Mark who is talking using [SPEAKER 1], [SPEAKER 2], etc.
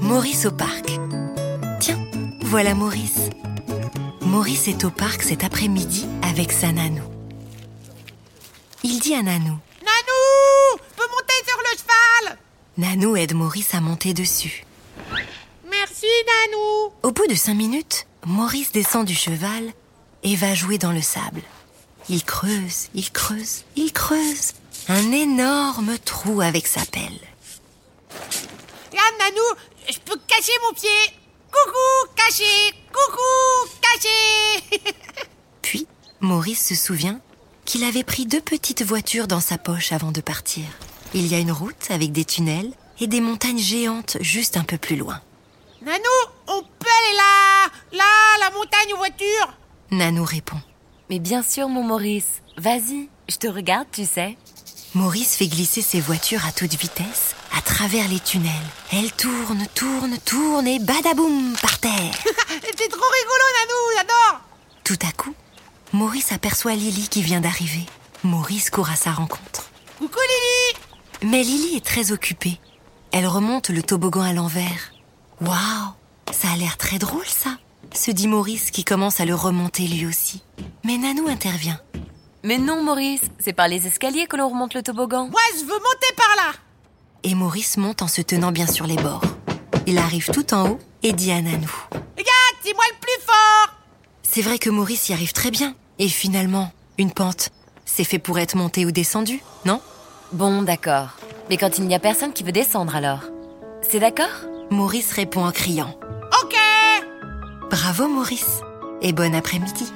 [SPEAKER 1] Maurice au parc. Tiens, voilà Maurice. Maurice est au parc cet après-midi avec sa nanou. Il dit à Nanou.
[SPEAKER 2] Nanou Peux monter sur le cheval
[SPEAKER 1] Nanou aide Maurice à monter dessus.
[SPEAKER 2] Merci, Nanou
[SPEAKER 1] Au bout de cinq minutes, Maurice descend du cheval et va jouer dans le sable. Il creuse, il creuse, il creuse un énorme trou avec sa pelle.
[SPEAKER 2] Regarde, Nanou, je peux cacher mon pied Coucou, caché Coucou, caché
[SPEAKER 1] Puis, Maurice se souvient qu'il avait pris deux petites voitures dans sa poche avant de partir. Il y a une route avec des tunnels et des montagnes géantes juste un peu plus loin.
[SPEAKER 2] Nanou, on peut aller là Là, la montagne aux voitures
[SPEAKER 1] Nanou répond.
[SPEAKER 3] Mais bien sûr, mon Maurice. Vas-y, je te regarde, tu sais.
[SPEAKER 1] Maurice fait glisser ses voitures à toute vitesse à travers les tunnels. Elles tournent, tournent, tournent et badaboum par terre.
[SPEAKER 2] C'est trop rigolo, Nanou, j'adore
[SPEAKER 1] Tout à coup, Maurice aperçoit Lily qui vient d'arriver. Maurice court à sa rencontre.
[SPEAKER 2] Coucou, Lily
[SPEAKER 1] Mais Lily est très occupée. Elle remonte le toboggan à l'envers. Waouh Ça a l'air très drôle, ça se dit Maurice qui commence à le remonter lui aussi. Mais Nanou intervient.
[SPEAKER 3] Mais non, Maurice, c'est par les escaliers que l'on remonte le toboggan.
[SPEAKER 2] Moi, je veux monter par là
[SPEAKER 1] Et Maurice monte en se tenant bien sur les bords. Il arrive tout en haut et dit à Nanou.
[SPEAKER 2] Regarde, c'est moi le plus fort
[SPEAKER 1] C'est vrai que Maurice y arrive très bien. Et finalement, une pente, c'est fait pour être monté ou descendu, non
[SPEAKER 3] Bon, d'accord. Mais quand il n'y a personne qui veut descendre, alors C'est d'accord
[SPEAKER 1] Maurice répond en criant.
[SPEAKER 2] Ok
[SPEAKER 1] Bravo Maurice et bon après-midi.